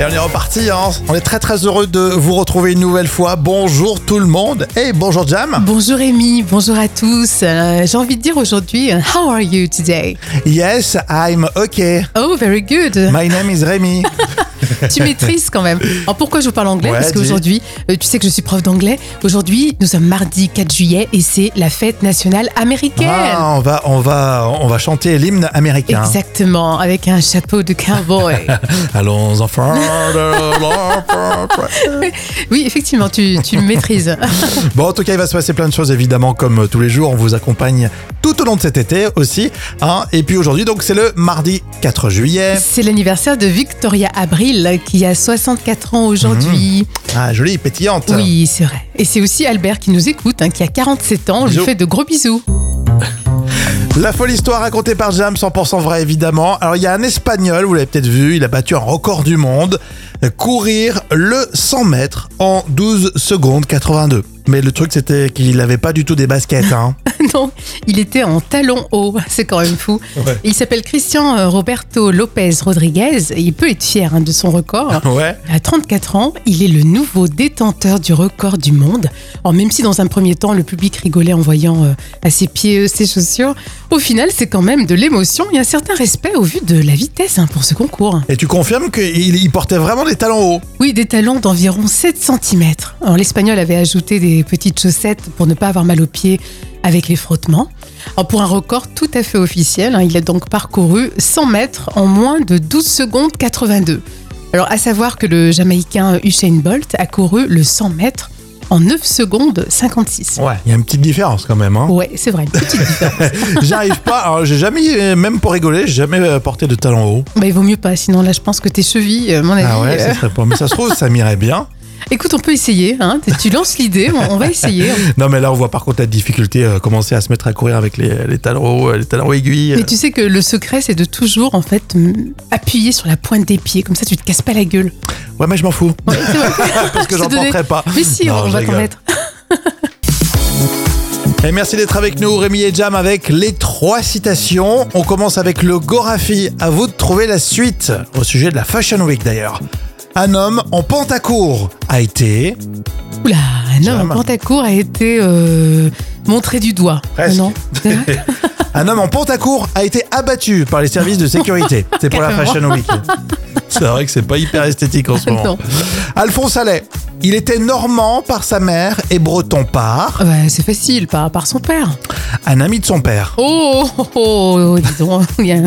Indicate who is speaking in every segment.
Speaker 1: Et on est reparti, hein. on est très très heureux de vous retrouver une nouvelle fois. Bonjour tout le monde et bonjour Jam.
Speaker 2: Bonjour Amy, bonjour à tous. Euh, J'ai envie de dire aujourd'hui, euh, how are you today?
Speaker 1: Yes, I'm okay.
Speaker 2: Oh, very good.
Speaker 1: My name is Rémi.
Speaker 2: tu maîtrises quand même. Alors pourquoi je vous parle anglais
Speaker 1: Ouais,
Speaker 2: Parce
Speaker 1: dis.
Speaker 2: qu'aujourd'hui, euh, tu sais que je suis prof d'anglais. Aujourd'hui, nous sommes mardi 4 juillet et c'est la fête nationale américaine.
Speaker 1: Ah, on va on va on va chanter l'hymne américain.
Speaker 2: Exactement, avec un chapeau de cowboy.
Speaker 1: Allons enfants.
Speaker 2: oui, effectivement, tu, tu le maîtrises.
Speaker 1: Bon, en tout cas, il va se passer plein de choses, évidemment, comme tous les jours. On vous accompagne tout au long de cet été aussi. hein. Et puis aujourd'hui, donc, c'est le mardi 4 juillet.
Speaker 2: C'est l'anniversaire de Victoria Abril qui a 64 ans aujourd'hui.
Speaker 1: Ah, jolie, pétillante.
Speaker 2: Oui, c'est vrai. Et c'est aussi Albert qui nous écoute, hein, qui a 47 ans. Je
Speaker 1: Bisous.
Speaker 2: lui fais de gros bisous.
Speaker 1: La folle histoire racontée par Jam, 100% vrai, évidemment. Alors, il y a un Espagnol, vous l'avez peut-être vu, il a battu un record du monde. Courir le 100 mètres en 12 secondes 82. Mais le truc, c'était qu'il n'avait pas du tout des baskets. Hein.
Speaker 2: non, il était en talons hauts. C'est quand même fou.
Speaker 1: Ouais.
Speaker 2: Il s'appelle Christian euh, Roberto Lopez Rodriguez. Et il peut être fier hein, de son record.
Speaker 1: Ouais.
Speaker 2: À 34 ans, il est le nouveau détenteur du record du monde. Alors, même si dans un premier temps, le public rigolait en voyant euh, à ses pieds euh, ses chaussures, au final, c'est quand même de l'émotion et un certain respect au vu de la vitesse hein, pour ce concours.
Speaker 1: Et tu confirmes qu'il il portait vraiment des talons hauts.
Speaker 2: Oui, des talons d'environ 7 cm. Alors, l'Espagnol avait ajouté des petites chaussettes pour ne pas avoir mal aux pieds avec les frottements. Alors, pour un record tout à fait officiel, hein, il a donc parcouru 100 mètres en moins de 12 secondes 82. Alors, à savoir que le Jamaïcain Usain Bolt a couru le 100 mètres en 9 secondes 56.
Speaker 1: Ouais, il y a une petite différence quand même. Hein.
Speaker 2: Ouais, c'est vrai, une petite différence.
Speaker 1: J'arrive pas, hein, j'ai jamais, même pour rigoler, j'ai jamais euh, porté de talons hauts.
Speaker 2: bah, il vaut mieux pas, sinon là, je pense que tes chevilles, euh, mon avis.
Speaker 1: Ah ouais,
Speaker 2: euh,
Speaker 1: ça serait pas. Mais ça se trouve, ça m'irait bien.
Speaker 2: Écoute, on peut essayer. Hein, tu lances l'idée, on, on va essayer.
Speaker 1: Non, mais là, on voit par contre la difficulté, euh, commencer à se mettre à courir avec les, les talons hauts, euh, les talons hauts aiguilles.
Speaker 2: Mais tu sais que le secret, c'est de toujours en fait m- appuyer sur la pointe des pieds, comme ça tu te casses pas la gueule.
Speaker 1: Ouais, mais je m'en fous.
Speaker 2: Ouais, c'est vrai.
Speaker 1: Parce que
Speaker 2: Je
Speaker 1: j'en
Speaker 2: te donnais-
Speaker 1: porterai pas.
Speaker 2: Mais si,
Speaker 1: Non,
Speaker 2: on
Speaker 1: je
Speaker 2: va t'en
Speaker 1: rigole.
Speaker 2: mettre.
Speaker 1: Et merci d'être avec nous, Rémi et Jam, avec les trois citations. On commence avec le Gorafi. À vous de trouver la suite. Au sujet de la Fashion Week, d'ailleurs. Un homme en pantacourt a été.
Speaker 2: Oula, un
Speaker 1: Jam.
Speaker 2: homme en pantacourt a été euh, montré du doigt.
Speaker 1: Presque.
Speaker 2: Non
Speaker 1: Un homme en pantacourt a été abattu par les services de sécurité. C'est pour la
Speaker 2: Carrément.
Speaker 1: Fashion Week. C'est vrai que c'est pas hyper esthétique en ce moment.
Speaker 2: Non.
Speaker 1: Alphonse Allais. Il était normand par sa mère et breton par
Speaker 2: Ah bah, c'est facile, par, par son père.
Speaker 1: un ami de son père.
Speaker 2: Oh, oh, oh, oh, dis donc. il y a un-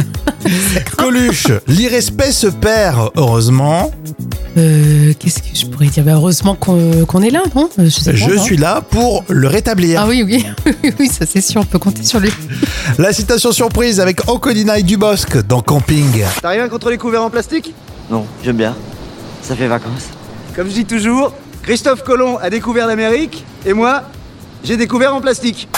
Speaker 1: Coluche. L'irrespect se perd, heureusement.
Speaker 2: Euh, Qu'est-ce que je pourrais dire Bah, Heureusement qu'on qu'on est là, non Euh, Je, sais pas,
Speaker 1: Je
Speaker 2: non
Speaker 1: suis là pour le rétablir.
Speaker 2: Ah oui, oui, oui, oui, ça c'est sûr, on peut compter sur lui.
Speaker 1: La citation surprise avec Anconina et Dubosc dans Camping.
Speaker 3: T'as rien contre les couverts en plastique
Speaker 4: Non, j'aime bien. Ça fait vacances.
Speaker 3: Comme je dis toujours, Christophe Colomb a découvert l'Amérique et moi, j'ai découvert en plastique.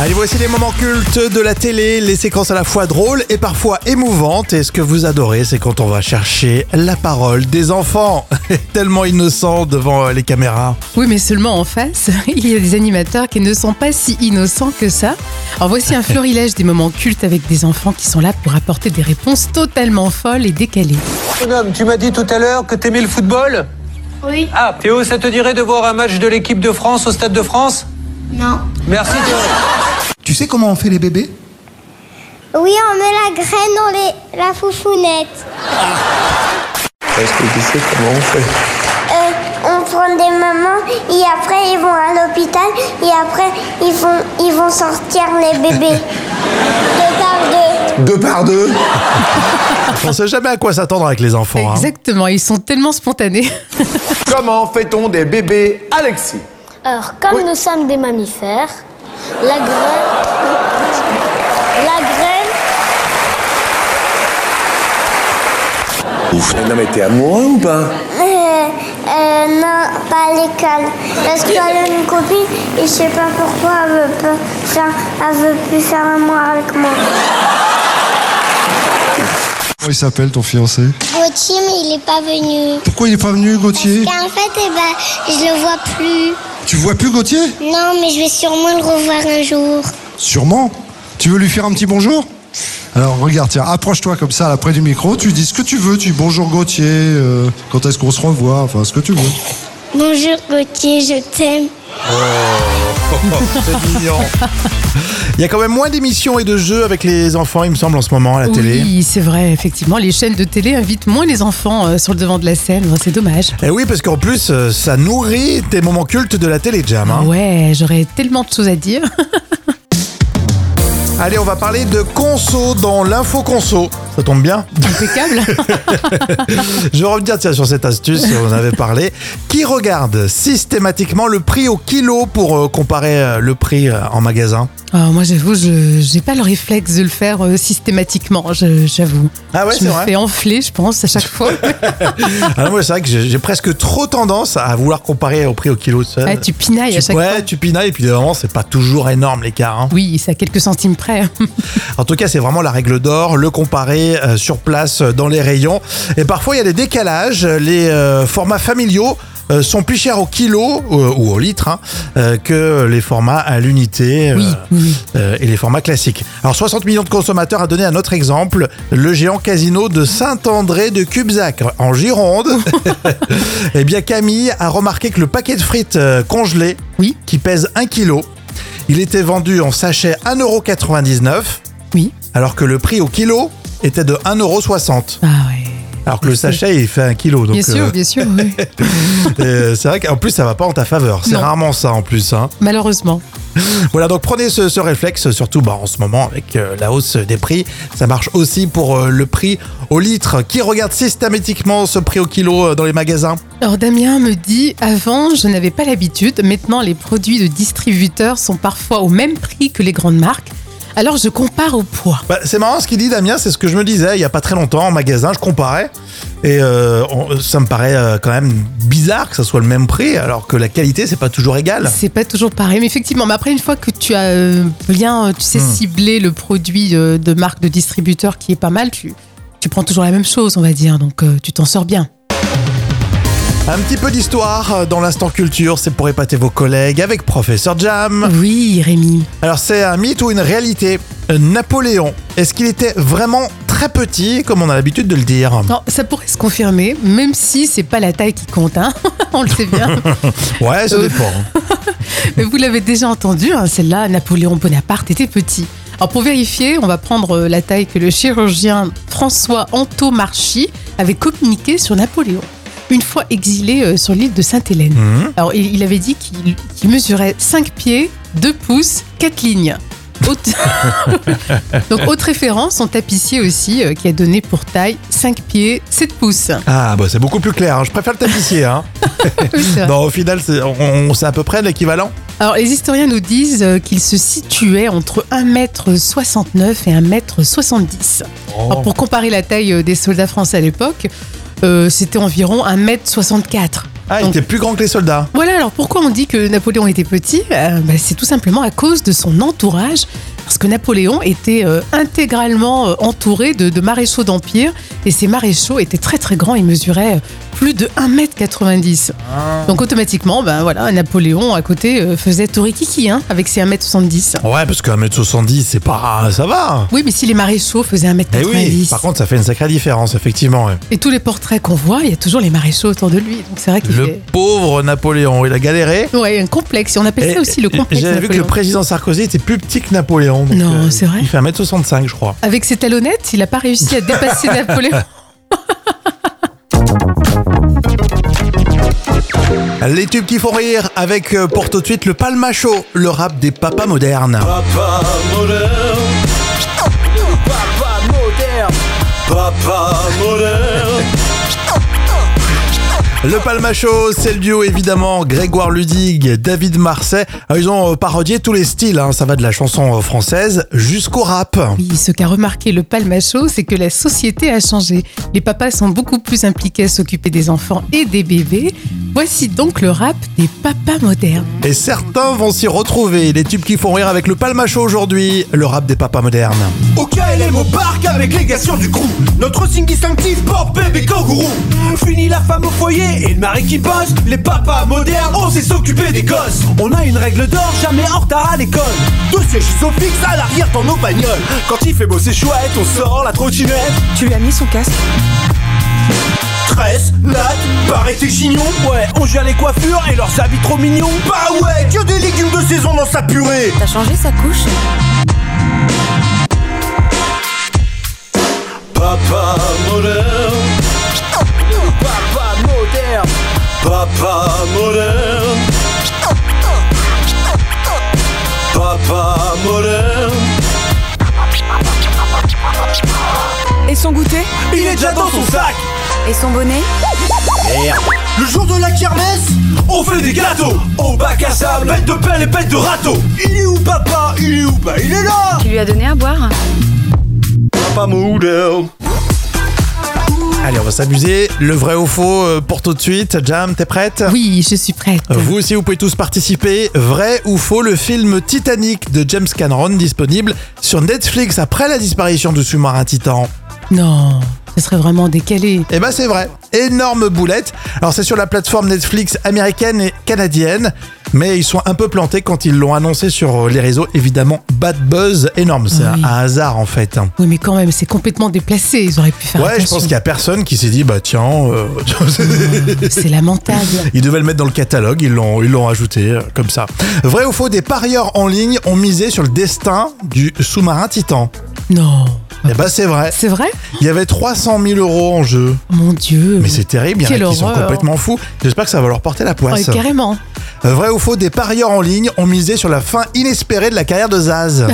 Speaker 1: Allez, voici les moments cultes de la télé, les séquences à la fois drôles et parfois émouvantes. Et ce que vous adorez, c'est quand on va chercher la parole des enfants, tellement innocents devant euh, les caméras.
Speaker 2: Oui, mais seulement en face, il y a des animateurs qui ne sont pas si innocents que ça. Alors voici un florilège des moments cultes avec des enfants qui sont là pour apporter des réponses totalement folles et décalées.
Speaker 5: Bonhomme, tu m'as dit tout à l'heure que t'aimais le football
Speaker 6: Oui,
Speaker 5: Ah, Théo, ça te dirait de voir un match de l'équipe de France au Stade de France
Speaker 6: non.
Speaker 5: Merci Théo.
Speaker 7: Tu sais comment on fait les bébés
Speaker 6: Oui, on met la graine dans les, la foufounette.
Speaker 8: Est-ce Ah. que tu sais comment on fait
Speaker 6: Euh, on prend des mamans et après ils vont à l'hôpital et après ils vont, ils vont sortir les bébés. Deux par deux.
Speaker 8: Deux par deux
Speaker 1: On sait jamais à quoi s'attendre avec les enfants. hein.
Speaker 2: Exactement, ils sont tellement spontanés.
Speaker 9: Comment fait-on des bébés, Alexis
Speaker 6: Alors, comme nous sommes des mammifères, la graine. La graine.
Speaker 8: Ouf Non mais t'es amoureux ou pas
Speaker 6: Euh, euh, non, pas à l'école. Parce qu'elle a une copine et je sais pas pourquoi elle veut, pas faire, elle veut plus faire amour avec moi.
Speaker 7: Comment il s'appelle ton fiancé
Speaker 6: Gauthier, mais il n'est pas venu.
Speaker 7: Pourquoi il est pas venu, Gauthier
Speaker 6: Car en fait, eh ben, je le vois plus.
Speaker 7: Tu vois plus Gauthier
Speaker 6: Non, mais je vais sûrement le revoir un jour.
Speaker 7: Sûrement. Tu veux lui faire un petit bonjour Alors regarde, tiens, approche-toi comme ça, là, près du micro, tu dis ce que tu veux, tu dis bonjour Gauthier, euh, quand est-ce qu'on se revoit, enfin ce que tu veux.
Speaker 6: Bonjour Gauthier, je t'aime.
Speaker 1: Oh, C'est mignon. Il y a quand même moins d'émissions et de jeux avec les enfants, il me semble, en ce moment à la télé.
Speaker 2: Oui, c'est vrai, effectivement. Les chaînes de télé invitent moins les enfants euh, sur le devant de la scène. C'est dommage.
Speaker 1: Et Eh oui, parce qu'en plus, euh, ça nourrit tes moments cultes de la télé, Jam. hein.
Speaker 2: Ouais, j'aurais tellement de choses à dire.
Speaker 1: Allez, on va parler de conso dans l'info conso. Ça tombe bien.
Speaker 2: Impeccable.
Speaker 1: Je reviens tiens, sur cette astuce, on en avait parlé. Qui regarde systématiquement le prix au kilo pour euh, comparer euh, le prix euh, en magasin
Speaker 2: Alors, Ah, moi, j'avoue, je n'ai pas le réflexe de le faire euh, systématiquement, je- j'avoue.
Speaker 1: Ah ouais,
Speaker 2: je
Speaker 1: c'est
Speaker 2: me
Speaker 1: vrai.
Speaker 2: fais enfler, je pense, à chaque fois.
Speaker 1: Ah non, moi, c'est vrai que j'ai j'ai presque trop tendance à vouloir comparer au prix au kilo seul.
Speaker 2: Ah, tu pinailles à chaque
Speaker 1: ouais,
Speaker 2: fois.
Speaker 1: tu pinailles, et puis vraiment, c'est pas toujours énorme l'écart. hein.
Speaker 2: Oui, c'est à quelques centimes près. hein.
Speaker 1: En tout cas, c'est vraiment la règle d'or, le comparer euh, sur place euh, dans les rayons. Et parfois, il y a des décalages. Les euh, formats familiaux euh, sont plus chers au kilo euh, ou au litre hein, euh, que les formats à l'unité euh,
Speaker 2: Oui, oui.
Speaker 1: euh, et les formats classiques. Alors, 60 millions de consommateurs a donné un autre exemple, le géant casino de Saint-André de Cubzac en Gironde. Eh bien, Camille a remarqué que le paquet de frites euh, congelées,
Speaker 2: Oui.
Speaker 1: qui pèse 1 kilo, il était vendu en sachet 1,99€,
Speaker 2: Oui.
Speaker 1: alors que le prix au kilo était de 1,60€.
Speaker 2: Ah ouais.
Speaker 1: Alors que le sachet, il fait 1 kilo. Donc,
Speaker 2: Bien sûr,
Speaker 1: euh,
Speaker 2: bien sûr. oui.
Speaker 1: euh, c'est vrai qu'en plus, ça va pas en ta faveur. C'est
Speaker 2: Non.
Speaker 1: rarement ça en plus. hein.
Speaker 2: Malheureusement.
Speaker 1: Voilà, donc prenez ce, ce réflexe, surtout bah, en ce moment avec euh, la hausse des prix. Ça marche aussi pour euh, le prix au litre. Qui regarde systématiquement ce prix au kilo euh, dans les magasins
Speaker 2: Alors Damien me dit, avant je n'avais pas l'habitude, maintenant les produits de distributeurs sont parfois au même prix que les grandes marques, alors je compare au poids.
Speaker 1: Bah, c'est marrant ce qu'il dit Damien, c'est ce que je me disais il y a pas très longtemps en magasin, je comparais et euh, on- ça me paraît euh, quand même bizarre que ça soit le même prix alors que la qualité c'est pas toujours égal.
Speaker 2: C'est pas toujours pareil, mais effectivement, mais après une fois que tu as euh, bien, euh, tu sais,
Speaker 1: Hmm.
Speaker 2: ciblé le produit euh, de marque de distributeur qui est pas mal, tu, tu prends toujours la même chose, on va dire, donc euh, tu t'en sors bien.
Speaker 1: Un petit peu d'histoire euh, dans l'instant culture, c'est pour épater vos collègues avec professeur Jam.
Speaker 2: Oui, Rémi.
Speaker 1: Alors c'est un mythe ou une réalité Euh, Napoléon, est-ce qu'il était vraiment très petit comme on a l'habitude de le dire
Speaker 2: Non, ça pourrait se confirmer, même si c'est pas la taille qui compte, hein. on le sait bien.
Speaker 1: Ouais, ça
Speaker 2: Euh.
Speaker 1: dépend.
Speaker 2: Mais vous l'avez déjà entendu, hein, celle-là, Napoléon Bonaparte était petit. Alors pour vérifier, on va prendre euh, la taille que le chirurgien François Antomarchi avait communiqué sur Napoléon, une fois exilé euh, sur l'île de Sainte-Hélène.
Speaker 1: Mhm.
Speaker 2: Alors il, il avait dit qu'il qu'il mesurait 5 pieds, 2 pouces, 4 lignes. Haute- Donc autre référence, son tapissier aussi, euh, qui a donné pour taille 5 pieds, 7 pouces.
Speaker 1: Ah bah c'est beaucoup plus clair, hein. je préfère le tapissier. Hein.
Speaker 2: Oui, c'est vrai.
Speaker 1: Non, au final c'est on- on- c'est à peu près l'équivalent.
Speaker 2: Alors, les historiens nous disent euh, qu'il se situait entre 1m69 et 1m70. Alors, pour comparer la taille euh, des soldats français à l'époque, euh, c'était environ 1m64.
Speaker 1: Ah, il
Speaker 2: Donc-
Speaker 1: était plus grand que les soldats.
Speaker 2: Voilà, alors pourquoi on dit que Napoléon était petit Euh, bah, C'est tout simplement à cause de son entourage, parce que Napoléon était euh, intégralement euh, entouré de, de maréchaux d'Empire, et ces maréchaux étaient très très grands, ils mesuraient euh, plus de 1m90.
Speaker 1: Ah.
Speaker 2: Donc automatiquement, ben voilà, Napoléon à côté euh, faisait Torikiki hein, avec ses 1m70.
Speaker 1: Ouais, parce qu'un mètre 70, c'est pas. ça va
Speaker 2: Oui, mais si les maréchaux faisaient 1m90,
Speaker 1: Eh oui, par contre, ça fait une sacrée différence, effectivement. ouais.
Speaker 2: et tous les portraits qu'on voit, il y a toujours les maréchaux autour de lui. Donc c'est vrai qu'il
Speaker 1: Le
Speaker 2: est...
Speaker 1: pauvre Napoléon, il a galéré.
Speaker 2: Ouais, un complexe. Et on appelle
Speaker 1: Et-
Speaker 2: ça aussi le complexe.
Speaker 1: Eh, J'avais vu que le
Speaker 2: Napoléon.
Speaker 1: président Sarkozy était plus petit que Napoléon. donc, euh,
Speaker 2: Non, c'est vrai
Speaker 1: Il fait 1m65, je crois.
Speaker 2: Avec ses talonnettes, il n'a pas réussi à dépasser Napoléon.
Speaker 1: Les tubes qui font rire, avec euh, pour tout de suite le Palma Show, le rap des papas modernes.
Speaker 9: Papa moderne. Papa moderne. Papa moderne.
Speaker 1: Le Palma Show, c'est le duo évidemment, Grégoire Ludig, David Marsay. Ah, Ils ont euh, parodié tous les styles, hein. ça va de la chanson euh, française jusqu'au rap.
Speaker 2: Oui, ce qu'a remarqué le palmacho, c'est que la société a changé. Les papas sont beaucoup plus impliqués à s'occuper des enfants et des bébés. Voici donc le rap des papas modernes.
Speaker 1: Et certains vont s'y retrouver. Les tubes qui font rire avec le Palma Show aujourd'hui, le rap des papas modernes.
Speaker 9: Au KLM au parc avec les gars sur du crew Notre signe distinctif porte bébé kangourou On finit la femme au foyer et le mari qui bosse. Les papas modernes, on sait s'occuper des gosses. On a une règle d'or, jamais en retard à l'école. Deux sièges sont fixes à l'arrière dans nos bagnoles. Quand il fait beau, c'est chouette, on sort la trottinette.
Speaker 10: Tu lui as mis son casque
Speaker 9: Tresse, natte, barrette et chignon Ouais, on gère les coiffures et leurs habits trop mignons Bah ouais, que des légumes de saison dans sa purée
Speaker 10: T'as changé sa couche
Speaker 9: Papa moderne Papa moderne Papa moderne Papa moderne
Speaker 10: Et son goûter
Speaker 9: Il est déjà dans son sac
Speaker 10: Et son bonnet
Speaker 9: Le jour de la kermesse, on fait des gâteaux Au bac à sable, bête de pelle et bête de râteau Il est où papa Il est où Bah il est là
Speaker 10: Tu lui as donné à boire
Speaker 9: Papa moderne
Speaker 1: Allez, on va s'amuser. Le vrai ou faux euh, pour tout de suite. Jam, t'es prête
Speaker 2: Oui, je suis prête.
Speaker 1: Ah, Vous aussi, vous pouvez tous participer. Vrai ou faux, le film Titanic de James Cameron disponible sur Netflix après la disparition du sous-marin Titan.
Speaker 2: Non, ce serait vraiment décalé.
Speaker 1: Eh ben c'est vrai, énorme boulette. Alors c'est sur la plateforme Netflix américaine et canadienne, mais ils sont un peu plantés quand ils l'ont annoncé sur euh, les réseaux. Évidemment, bad buzz énorme, c'est
Speaker 2: Oui.
Speaker 1: un, un hasard en fait. hein.
Speaker 2: Oui, mais quand même, c'est complètement déplacé. Ils auraient pu faire
Speaker 1: Ouais, je pense
Speaker 2: attention.
Speaker 1: qu'il y a personne qui s'est dit bah tiens, euh,
Speaker 2: C'est lamentable.
Speaker 1: ils devaient le mettre dans le catalogue, ils l'ont ils l'ont ajouté euh, comme ça. Vrai ou faux, des parieurs en ligne ont misé sur le destin du sous-marin Titan.
Speaker 2: Non.
Speaker 1: Eh ben c'est vrai.
Speaker 2: C'est vrai
Speaker 1: Il y avait 300 000 euros en jeu.
Speaker 2: Mon Dieu.
Speaker 1: Mais c'est terrible, il y en
Speaker 2: Quelle
Speaker 1: a qui sont
Speaker 2: horreur.
Speaker 1: complètement fous. J'espère que ça va leur porter la
Speaker 2: Ouais,
Speaker 1: poisse.
Speaker 2: Oh, carrément.
Speaker 1: Vrai ou faux, des parieurs en ligne ont misé sur la fin inespérée de la carrière de Zaz.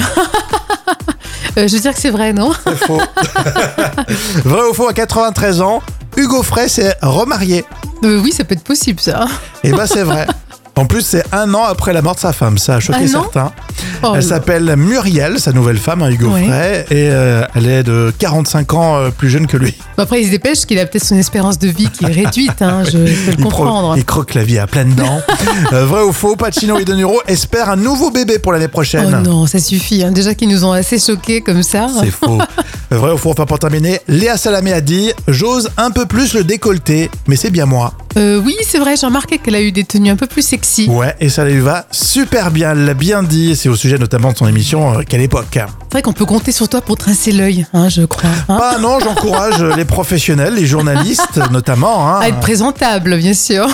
Speaker 2: Euh, je veux dire que c'est vrai, non
Speaker 1: C'est faux. Vrai ou faux, à 93 ans, Hugo Frey s'est remarié.
Speaker 2: Euh, Oui, ça peut être possible, ça.
Speaker 1: Et ben c'est vrai. En plus, c'est un an après la mort de sa femme, ça a choqué
Speaker 2: Un an
Speaker 1: certains.
Speaker 2: Oh,
Speaker 1: elle s'appelle Muriel, sa nouvelle femme, hein, Hugo
Speaker 2: Ouais.
Speaker 1: Frey, et euh, elle est de 45 ans euh, plus jeune que lui.
Speaker 2: Bon, Après, il se dépêche parce qu'il a peut-être son espérance de vie qui est réduite. hein, je peux le
Speaker 1: Il, pro-
Speaker 2: comprendre.
Speaker 1: il croque la vie à pleines dents. Euh, vrai ou faux, Pacino et De Niro espèrent un nouveau bébé pour l'année
Speaker 2: Oh
Speaker 1: prochaine.
Speaker 2: non, ça suffit. hein. Déjà qu'ils nous ont assez choqués comme ça.
Speaker 1: C'est faux. Euh, Vrai ou faux, enfin pour terminer, Léa Salamé a dit J'ose un peu plus le décolleté, mais c'est bien moi.
Speaker 2: Euh, oui, c'est vrai, j'ai remarqué qu'elle a eu des tenues un peu plus sexy.
Speaker 1: Ouais, et ça lui va super bien, elle l'a bien dit. C'est au sujet notamment de son émission euh, Quelle époque
Speaker 2: C'est vrai qu'on peut compter sur toi pour trincer l'œil, hein, je crois. hein.
Speaker 1: Ah
Speaker 2: Ah,
Speaker 1: non, j'encourage euh, les professionnels, les journalistes euh, notamment. hein.
Speaker 2: À être présentable, bien sûr.